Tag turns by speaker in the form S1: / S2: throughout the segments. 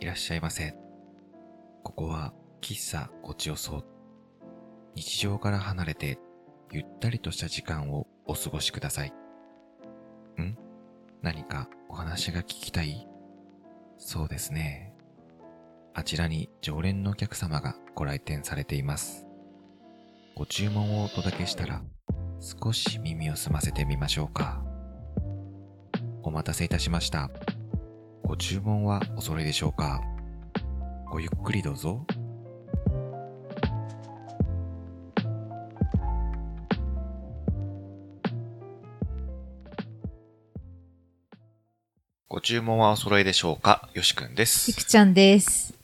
S1: らっしゃいませ。ここは喫茶ごちよそ。日常から離れて、ゆったりとした時間をお過ごしください。ん何かお話が聞きたいそうですね。あちらに常連のお客様がご来店されています。ご注文をお届けしたら、少し耳を澄ませてみましょうか。お待たせいたしました。ご注文はお揃いでしょうかごゆっくりどうぞ。ご注文はお揃いでしょうかよしくんです。
S2: いくちゃんです。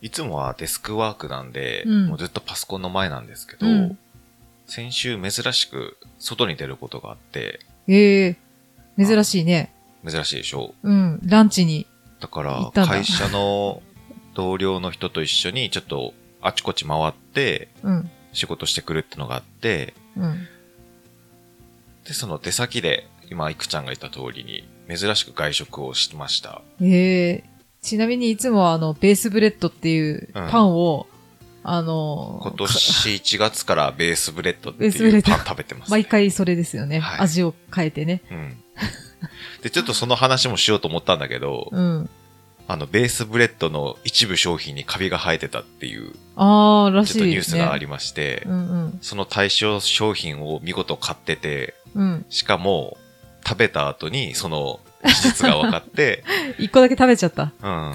S1: いつもはデスクワークなんで、
S2: うん
S1: もうずっとパソコンの前なんですけど、
S2: うん
S1: 先週珍しく外に出ることがあって、
S2: ええ珍しいね。
S1: 珍しいでしょ
S2: うん、ランチに。
S1: だ
S2: 行
S1: か
S2: った
S1: ら、
S2: んだ
S1: 会社の同僚の人と一緒にちょっとあちこち回って
S2: うん、
S1: 仕事してくるってのがあって、
S2: うん。
S1: で、その出先で、今、いくちゃんが言った通りに、珍しく外食をしてました。
S2: ええちなみにいつもあの、ベースブレッドっていうパンを、あの、
S1: 今年1月からベースブレッドって
S2: ベースブ
S1: い
S2: レ
S1: う
S2: ッド
S1: パン食べてます、
S2: 毎。回それですよね、
S1: はい
S2: 味を変えてね。
S1: うん。で、ちょっとその話もしようと思ったんだけど、
S2: うん。
S1: あの、ベースブレッドの一部商品にカビが生えてたっていう、
S2: ああ、らし
S1: ち
S2: い
S1: ょっとニュー
S2: です
S1: ス
S2: ね。
S1: がありまして、
S2: うんうん。
S1: その対象商品を見事買ってて、
S2: うん。
S1: しかも、食べた後にその事実が分か って、
S2: 一個だけ食べちゃった。
S1: うん。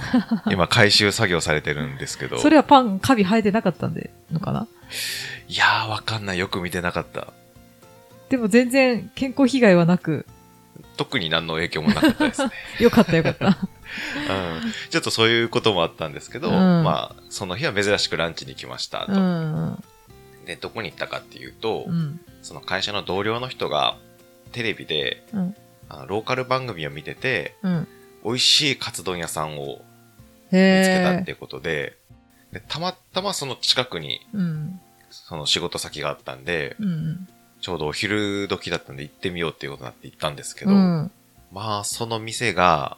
S1: 今回収作業されてるんですけど、
S2: それはパン、カビ生えてなかったんで、のかない
S1: やーわかんない。よく見てなかった。
S2: でも全然健康被害はなく、
S1: 特に何の影響もなかったです ね。
S2: よかったよか った。
S1: うん。ちょっとそういうこともあったんですけど、
S2: うん
S1: まあ、その日は珍しくランチに来ました
S2: う
S1: と。
S2: ん。
S1: で、どこに行ったかっていうと、
S2: うん。
S1: その会社の同僚の人がテレビで、
S2: うん
S1: あのローカル番組を見てて
S2: うん。
S1: 美味しいカツ丼屋さんを
S2: へ
S1: 見つけた
S2: え。
S1: っていうことで,、でたまたまその近くに
S2: うん。
S1: その仕事先があったんで
S2: うんうん。
S1: ちょうどお昼時だったんで行ってみようっていうことになって行ったんですけど、
S2: うん。
S1: まあその店が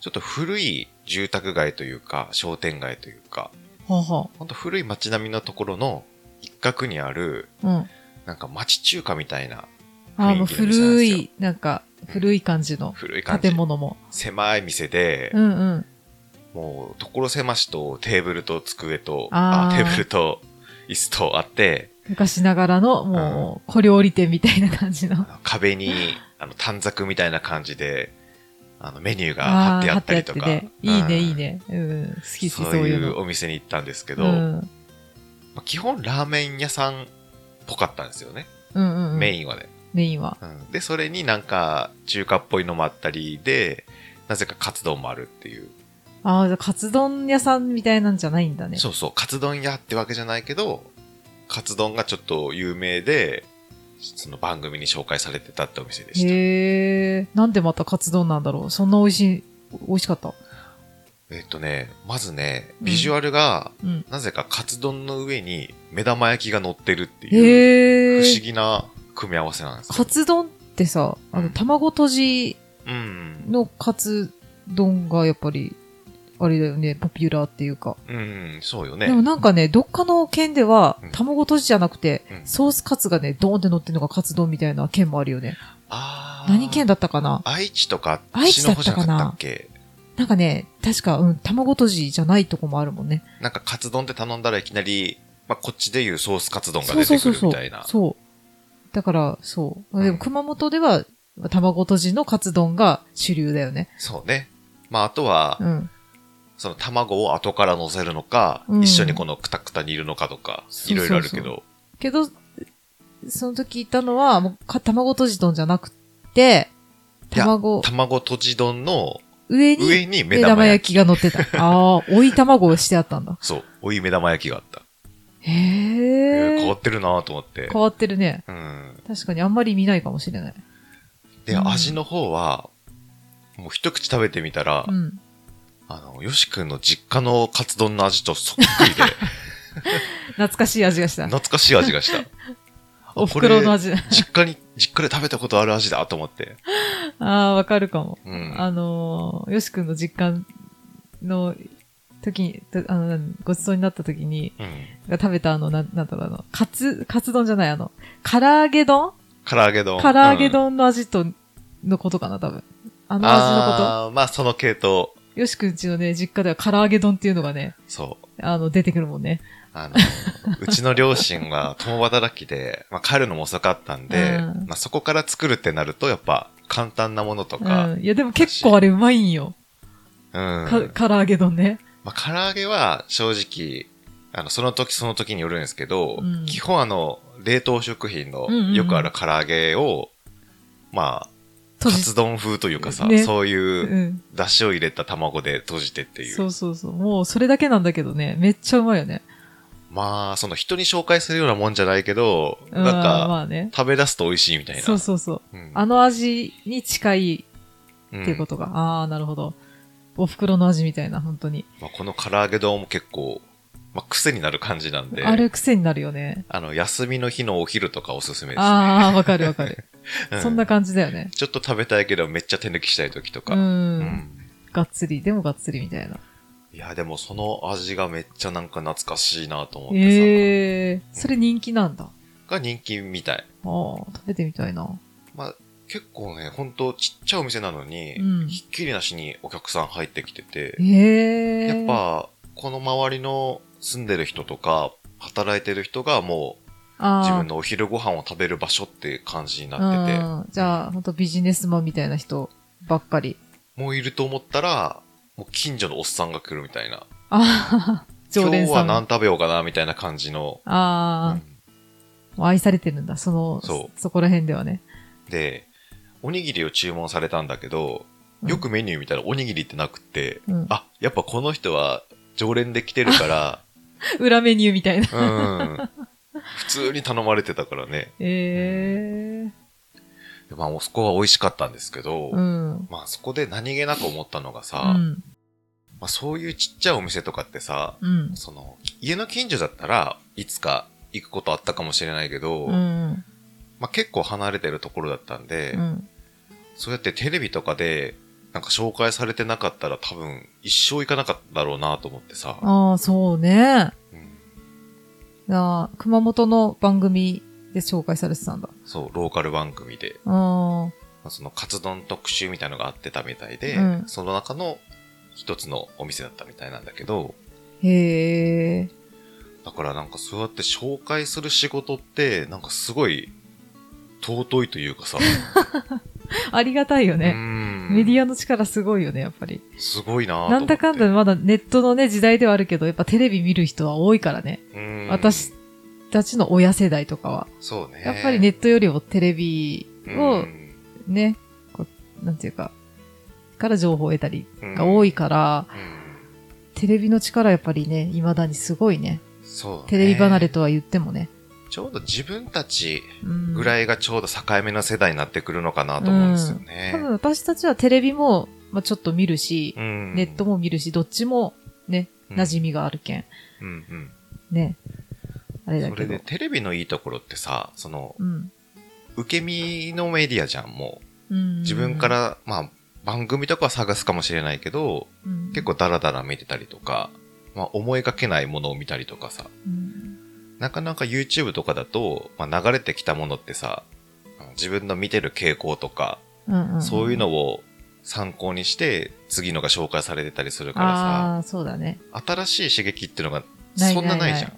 S1: ちょっと古い住宅街というか商店街というか
S2: はあは
S1: ほんと古い街並みのところの一角にある
S2: あ。うん。
S1: なんか町中華みたいな
S2: ああ、もう
S1: 雰囲気の店なん
S2: 古
S1: ですよ
S2: い、なんか、古い感じの
S1: 古い感じ
S2: 建物も。
S1: 狭い店で、
S2: うんうん。
S1: もう、所狭しとテーブルと机と、
S2: あ
S1: あ
S2: ー
S1: テーブルと椅子とあって、
S2: 昔ながらの、もう、小料理店みたいな感じの。
S1: あの壁に、あの、短冊みたいな感じで、あの、メニューが貼っ
S2: ああ
S1: て
S2: ー、
S1: あ
S2: 貼
S1: ったりとか。
S2: ね。いいね、
S1: うん
S2: いい。ね。うん。好き好
S1: そ
S2: き、
S1: う
S2: そうい
S1: い
S2: う
S1: う
S2: の。
S1: お店に行ったんですけ
S2: う
S1: ど、ま
S2: ん。
S1: あ基本ラーメン屋さんっぽかったんですよね。
S2: うんうんうん。
S1: メ
S2: ン。
S1: インはね、
S2: メインは。
S1: うんで、それになんか中華っぽいのもあったりで、なぜかカツ丼もあるっていう。
S2: ああ、じゃあカツ丼屋さんみたいなんじゃないんだね。
S1: そうそう、カツ丼屋ってわけじゃないけど、カツ丼がちょっと有名で、その番組に紹介されてたってお店でした。
S2: へえ。なんでまたカツ丼なんだろう。そんな美味しい、美味しかった。
S1: えっとね、まずね、
S2: うん
S1: ビジュアルが、
S2: うん。
S1: なぜかカツ丼の上に目玉焼きが乗ってるっていう、不
S2: へ
S1: 思
S2: え。
S1: 議な組み合わせなんです
S2: カ
S1: よ。
S2: ツ丼ってさ、あ
S1: う
S2: の、
S1: ん
S2: 卵とじ
S1: うん。
S2: のカツ丼がやっぱり、あれだよね、ポピュラーっていうか。
S1: うん、そうよ
S2: でも
S1: ね。
S2: なんかね、どっかの県では
S1: うん、
S2: 卵とじじゃなくて、
S1: うん
S2: ソースカツがね、ドーンって乗ってるのがカツ丼みたいな県もあるよね。
S1: あー
S2: 何県だったかな
S1: 愛知とか、あっ
S2: 愛
S1: ち
S2: 知
S1: の
S2: だ
S1: 方
S2: っ
S1: じゃ
S2: た
S1: な
S2: かな
S1: かったっけ
S2: なんかね、確か、うん、卵とじじゃないとこもあるもんね。
S1: なんかカツ丼って頼んだらいきなり、まあ、こっちでいうソースカツ丼が
S2: そう
S1: 出
S2: そう
S1: てく
S2: そう
S1: る
S2: そ
S1: み
S2: う
S1: たいな。。
S2: そう。だから、そう。
S1: うん
S2: でも熊本では、卵とじのカツ丼が主流だよね。
S1: そうね。まあ、あとは
S2: う、ん。
S1: その卵を後から乗せるのか、
S2: うん
S1: 一緒にこのクタクタ煮るのかとか、
S2: そ
S1: いうろ
S2: そうそう
S1: いろあるけど。
S2: けど、その時言ったのは、もうか、卵とじ丼じゃなくて、
S1: いや
S2: 卵、
S1: 卵とじ丼の
S2: 上に、
S1: 上に目
S2: 目
S1: 玉
S2: 玉
S1: 焼き。
S2: 焼きが乗って た。ああ、追い卵をしてあったんだ。
S1: そう、お湯目玉焼きがあった。
S2: へ
S1: いや変わ
S2: え。
S1: ってるなぁと思って。
S2: 変わってるね。
S1: うん。
S2: 確かにあんまり見ないかもしれない。
S1: で、
S2: うん
S1: 味の方は、もう一口食べてみたら、
S2: うん。
S1: あの、よしくんの実家のカツ丼の味とそっくりで、
S2: 懐かしい味がした。
S1: 懐かしい味がした。
S2: お袋の
S1: 味。
S2: 味だ。
S1: 実家に、実家で食べたことある味だと思って。
S2: ああ、わかるかも。
S1: うん。
S2: あのー、よしくんの実家の時に、とあの、何ごちそうになった時に、
S1: うん。
S2: 食べたあの、なんなんだろう、あの、カツ、カツ丼じゃない、あの、唐揚げ丼
S1: 唐揚げ丼。
S2: 唐揚げ
S1: うん
S2: 丼の味と、のことかな、多分。あの味のこ
S1: あーまあ、その系統。
S2: と。よしくんちのね、実家では唐揚げ丼っていうのがね、
S1: そう。
S2: あの、出てくるもんね。
S1: あ の、うちの両親は共働きで、まあ、帰るのも遅かったんで、
S2: うん
S1: まあ、そこから作るってなると、やっぱ、簡単なものと
S2: う
S1: か、うん。
S2: ん。いや、でも結構あれうまいんよ。か、唐揚げ丼ね。
S1: まあ、唐揚げは、正直、あの、その時その時によるんですけど、
S2: うん
S1: 基本あの、冷凍食品の
S2: うんうんうん
S1: よくある唐揚げを、まあ、カ
S2: 閉じ
S1: ツ丼風というかさ、
S2: ね
S1: そう
S2: う
S1: いう、
S2: ん。
S1: 出汁を入れた卵で閉じてっていう。
S2: そうそうそう。もうそれだけなんだけどね、めっちゃうまいよね。
S1: まあ、その人に紹介するようなもんじゃないけど、
S2: うん、
S1: なんか、
S2: まあね。
S1: 食べ出すと美味しいみたいな。
S2: そうそうそう。
S1: うん
S2: あの味に近い
S1: うん
S2: っていうことが。ああ、なるほど。お袋の味みたいな、本当に。
S1: まあ、この唐揚げ丼も結構、まあ、癖になる感じなんで、
S2: あれ癖になるよね。
S1: あの、休みの日のお昼とかおすすめですね。
S2: ああ、わかるわかる。
S1: うん
S2: そんな感じだよね。
S1: ちょっと食べたいけどめっちゃ手抜きしたい時と
S2: う。
S1: か。うん
S2: がっつり、でもがっつりみたいな。
S1: いや、でもその味がめっちゃなんか懐かしいなと思ってさ、
S2: ええー、それ人気なんだ。あ
S1: が人気みたい。
S2: あ、食べてみたいな。
S1: まあ、結構ね、ほんとちっちゃいお店なのに、
S2: うん
S1: ひっきりなしにお客さん入ってきてて、
S2: ええ
S1: や
S2: ー。
S1: っ、ぱ、この周りの住んでる人とか、働いてる人がもう
S2: あ
S1: 自
S2: ー
S1: 分のお昼ご飯を食べる場所って感じになってて、
S2: うん。じゃあ、本当ビジネスマンみたいな人ばっかり。
S1: もういると思ったら、もう近所のおっさんが来るみたいな。
S2: ああ、常連
S1: 今日
S2: さ
S1: は
S2: ん。
S1: 何食べようかなみたいな感じの。う
S2: あ
S1: ん
S2: あ、もう愛されてるんだ。その、
S1: そ
S2: そこら辺ではね。
S1: で、おにぎりを注文されたんだけど、
S2: うん
S1: よくメニュー見たらおにぎりってなくって、
S2: うん
S1: あ、やっぱこの人は常連で来てる か
S2: 裏メニューみたいな。
S1: ら、うん。普通に頼まれてたからね。
S2: ええ
S1: でまあ、そこは美味しかったんですけど、
S2: ー。うん。
S1: まあそこで何気なく思ったのが
S2: う
S1: さ、ま
S2: ん。
S1: あそういうちっちゃいお店とかってさ、
S2: うん。
S1: その、家の近所だったらいつか行くことあったかもしれないけど、
S2: うん。
S1: まあ、結構離れてるところだったんで、
S2: うん。
S1: そうやってテレビとかで、なんか紹介されてなかったら多分一生行かなかっただろうなと思ってさ。
S2: ああ、そうね。
S1: うん
S2: あー熊本の番組で紹介されてたんだ。
S1: そう、ローカル番組で、
S2: あ
S1: まあそのカツ丼特集みたいのがあってたみたいで、
S2: うん
S1: その中の一つのお店だったみたいなんだけど、
S2: あ、へえ。
S1: だからなんかそうやって紹介する仕事って、なんかすごい尊いというかさ、
S2: ありがたいよ ね。メ
S1: メ
S2: ディアの力すごいよね、やっぱり。
S1: アすごいなと思
S2: な
S1: って
S2: んだかんだ、まだネットのね、時代ではあるけど、やっぱテレビ見る人は多いからね。
S1: うん
S2: 私、たちの親世代とかは。
S1: そうね。
S2: やっぱりネットよりもテレビ
S1: う
S2: を
S1: ん
S2: ね、こうなんていうか、から情報を得たりが多いから、
S1: うん
S2: テレビの力やっぱりね、未だにすごいね。
S1: そうだね
S2: テレビ離れとは言ってもね。
S1: ちょうど自分たち
S2: うん、
S1: ぐ
S2: い
S1: らいがちょうど境目の世代になってくるのかなと思うんですよ
S2: 多分
S1: ね。
S2: 私たちはテレビも、まあ、ちょっと見るし、
S1: うん
S2: ネットも見るし、どっちもね、
S1: うん
S2: 馴染みがあるけん。
S1: うん
S2: ね。
S1: う
S2: あれ
S1: ん。
S2: だ
S1: そ
S2: け
S1: れ
S2: ど
S1: で。テレビのいいところってさ、その、
S2: うん。
S1: 受け身のメディアじゃん、も
S2: うん
S1: う。自分か、ら、まあ、番組とかは探すかもしれないけど、
S2: うん
S1: 結、構ダラダラ見てたりとか、まあ、思いがけないものを見たりとかさ、
S2: うん
S1: なかなか YouTube とかだと、まあ、流れてきたものってさ、あの自分の見てる傾向とか、
S2: うんうん、
S1: そういうのを参考にして、次のが紹介されてたりするから
S2: ああー、そうだね。
S1: さ、新しい刺激っていうのが
S2: ない
S1: そんなないじゃん。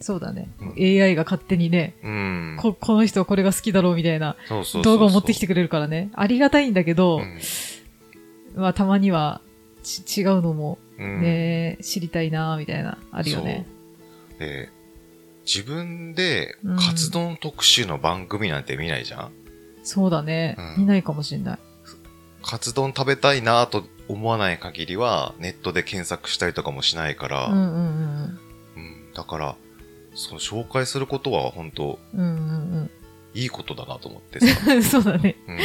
S2: そうだね。
S1: うん
S2: AI が勝手にね、
S1: うん。
S2: こ、この人はこれが好きだろうみたいな
S1: そうそうそうそう
S2: 動画を持ってきてくれるからね。ありがたいんだけど、
S1: うん
S2: まあたまにはち違うのも
S1: うん
S2: ね、知りたいなみたいな、あるよね。
S1: で、自分で
S2: うん
S1: カツ丼特集の番組なんて見ないじゃん、
S2: そうだね、
S1: うん
S2: いないかもしれない。
S1: カツ丼食べたいなと思わない限りは、ネットで検索したりとかもしないから、
S2: うんうん
S1: うんだから、そう、紹介することは本当
S2: うん。うんうん
S1: いいことだなと思ってさ。
S2: うん。 そうだね。
S1: うん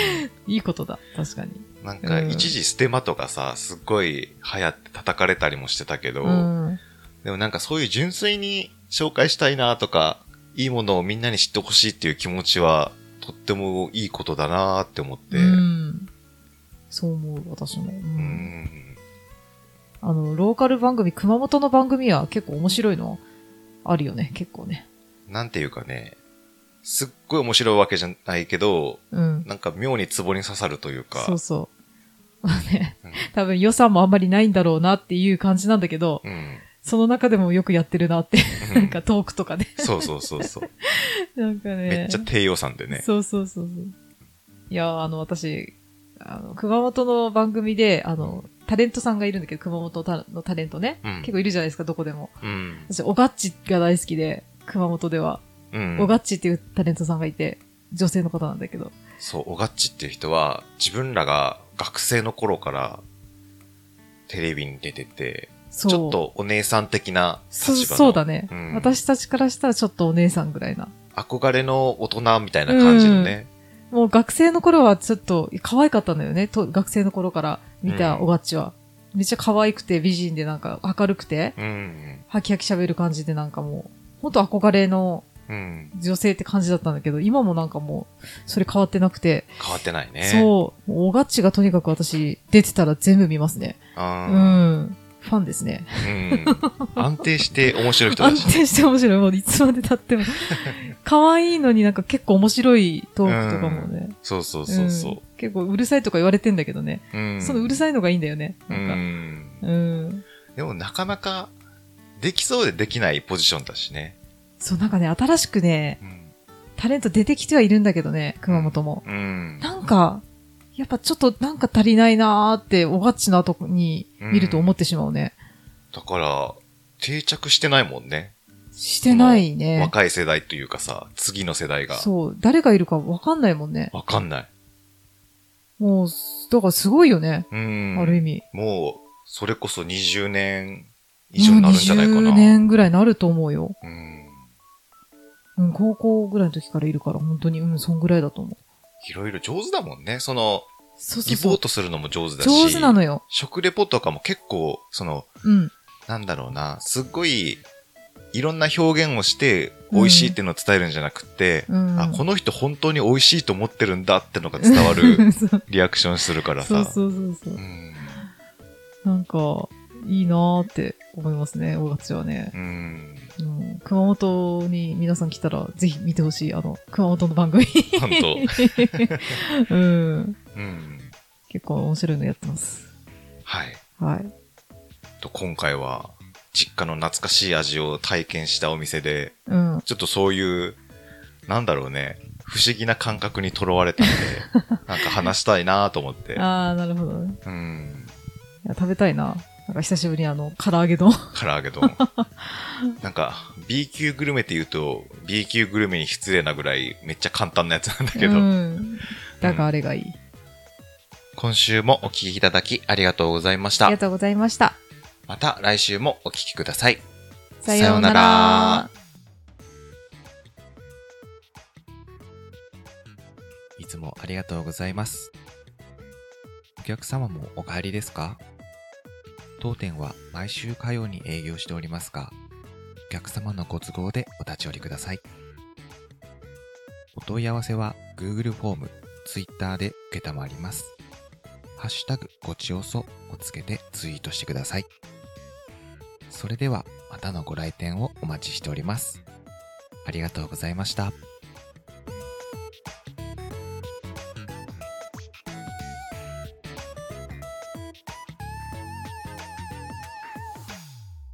S2: いいことだ。確かに。
S1: なんか、
S2: うん
S1: 一時ステマとかさ、すっごい流行って叩かれたりもしてたけど、
S2: うん。
S1: でもなんかそういう純粋に紹介したいなとか、いいものをみんなに知ってほしいっていう気持ちは、とってもいいことだなって思って、
S2: うんそう思う、私も。う
S1: うんん
S2: あの、ローカル番組、熊本の番組は結構面白いのあるよね、結構ね。
S1: なんていうかね、すっごい面白いわけじゃないけど、
S2: うん。
S1: なんか妙にツボに刺さるというか。
S2: そうそう。 まあね
S1: うん、
S2: 多分予算もあんまりないんだろうなっていう感じなんだけど、
S1: うん。
S2: その中でもよくやってるなって、
S1: う
S2: なんかトークと かで。
S1: そうそうそう そう。
S2: なんかね。
S1: めっちゃ低予算でね。
S2: そうそうそうそう。いやー、あの、私、あの、熊本の番組で、あの、タレントさんがいるんだけど、熊本たのタレントね、
S1: うん
S2: 結構いるじゃないですか、どこでも。
S1: うん。
S2: 私、オガッチが大好きで、熊本では。
S1: うん。
S2: オガッチっていうタレントさんがいて、女性の方なんだけど。
S1: そう、オガッチっていう人は、自分らが学生の頃から、テレビに出てて、
S2: そう。
S1: ちょっとお姉さん的な立
S2: そ、
S1: 場の
S2: そうだね、
S1: うん
S2: 私たちからしたらちょっとお姉さんぐらいな。
S1: 憧れの大人みたいな感じのね。
S2: もう学生の頃はちょっと可愛かったんだよね。と学生の頃から見
S1: う
S2: た
S1: ん
S2: オガッチは。めっちゃ可愛くて美人でなんか明るくて、
S1: うん。
S2: ハキハキ喋る感じでなんかもう、ほんと憧れの
S1: うん。
S2: 女性って感じだったんだけど、今もなんかもう、それ変わってなくて、
S1: 変わってないね。
S2: そう、もうオガッチがとにかく私、出てたら全部見ますね。う
S1: あ
S2: ん。ファンですね。
S1: ーうん。安定して面白い人
S2: 安
S1: だし。
S2: 定して面白い。もういつまで 経っても。可愛いのになんか結構面白いトークとかもね。
S1: そうそうそうそ
S2: ん結構うるさいとか言われてんだけどね。
S1: う。うん。
S2: そのうるさいのがいいんだよね。
S1: う
S2: なん
S1: ん。
S2: か。うん。
S1: でもなかなか、できそうでできないポジションだしね。
S2: そう、なんかね、新しくね、
S1: うん。
S2: タレント出てきてはいるんだけどね、熊本も。
S1: うん。
S2: なんか、やっぱちょっとなんか足りないなーって、おがっちの後に見ると思ってしまうね。
S1: だから、定着してないもんね。
S2: してないね。
S1: 若い世代というかさ、次の世代が。
S2: そう。誰がいるかわかんないもんね。
S1: わかんない。
S2: もう、だからすごいよね。
S1: うん。
S2: ある意味。
S1: もう、それこそ20年以上になるんじゃないか
S2: もう
S1: な。
S2: 20年ぐらいなると思うよ。
S1: うん。
S2: うん、高校ぐらいの時からいるから、本当に、うん、そんぐらいだと思う。
S1: いろいろ上手だもんね。その、
S2: そうそう
S1: リ
S2: そう
S1: ポートするのも上手だし。
S2: 上手なのよ。
S1: 食レポとかも結構、その、
S2: うん。
S1: なんだろうな、すっごい、いろんな表現をして、美味しいっていうのを伝えるんじゃなくて、
S2: うん。
S1: あ、この人本当に美味しいと思ってるんだってのが伝わる
S2: そうそう
S1: リアクションするから
S2: そう
S1: さ。
S2: そうそう
S1: う。ん。
S2: なんか、いいなーって思いますね、大勝ちはね。
S1: うん。
S2: うん、熊本に皆さん来たら、ぜひ見てほしい。あの、熊本の番組。
S1: 本
S2: 当うん。
S1: うん。
S2: 結構面白いのやってます。
S1: はい。
S2: はい。
S1: と今回は、実家の懐かしい味を体験したお店で、
S2: うん。
S1: ちょっとそういう、なんだろうね、不思議な感覚にとらわれた んで、なんか話したいなと思って。
S2: あー、なるほどね。
S1: うん。
S2: いや食べたいな。なんか久しぶりにあの、唐揚げ丼。
S1: 唐揚げ 丼。なんか、B 級グルメって言うと、B 級グルメに失礼なぐらい、めっちゃ簡単なやつなんだけど、
S2: うん。だからあれがいい。
S1: 今週もお聞きいただきありがとうございました
S2: ありが。とうございました。
S1: また来週もお聞きください。
S2: さようなら。
S3: いつもありがとうございます。お客様もお帰りですか当店は毎週火曜に営業しておりますが、お客様のご都合でお立ち寄りください。お問い合わせは Google フォーム、Twitter で受けたまります。ハッシュタグごちおそをつけてツイートしてください。それではまたのご来店をお待ちしております。ありがとうございました。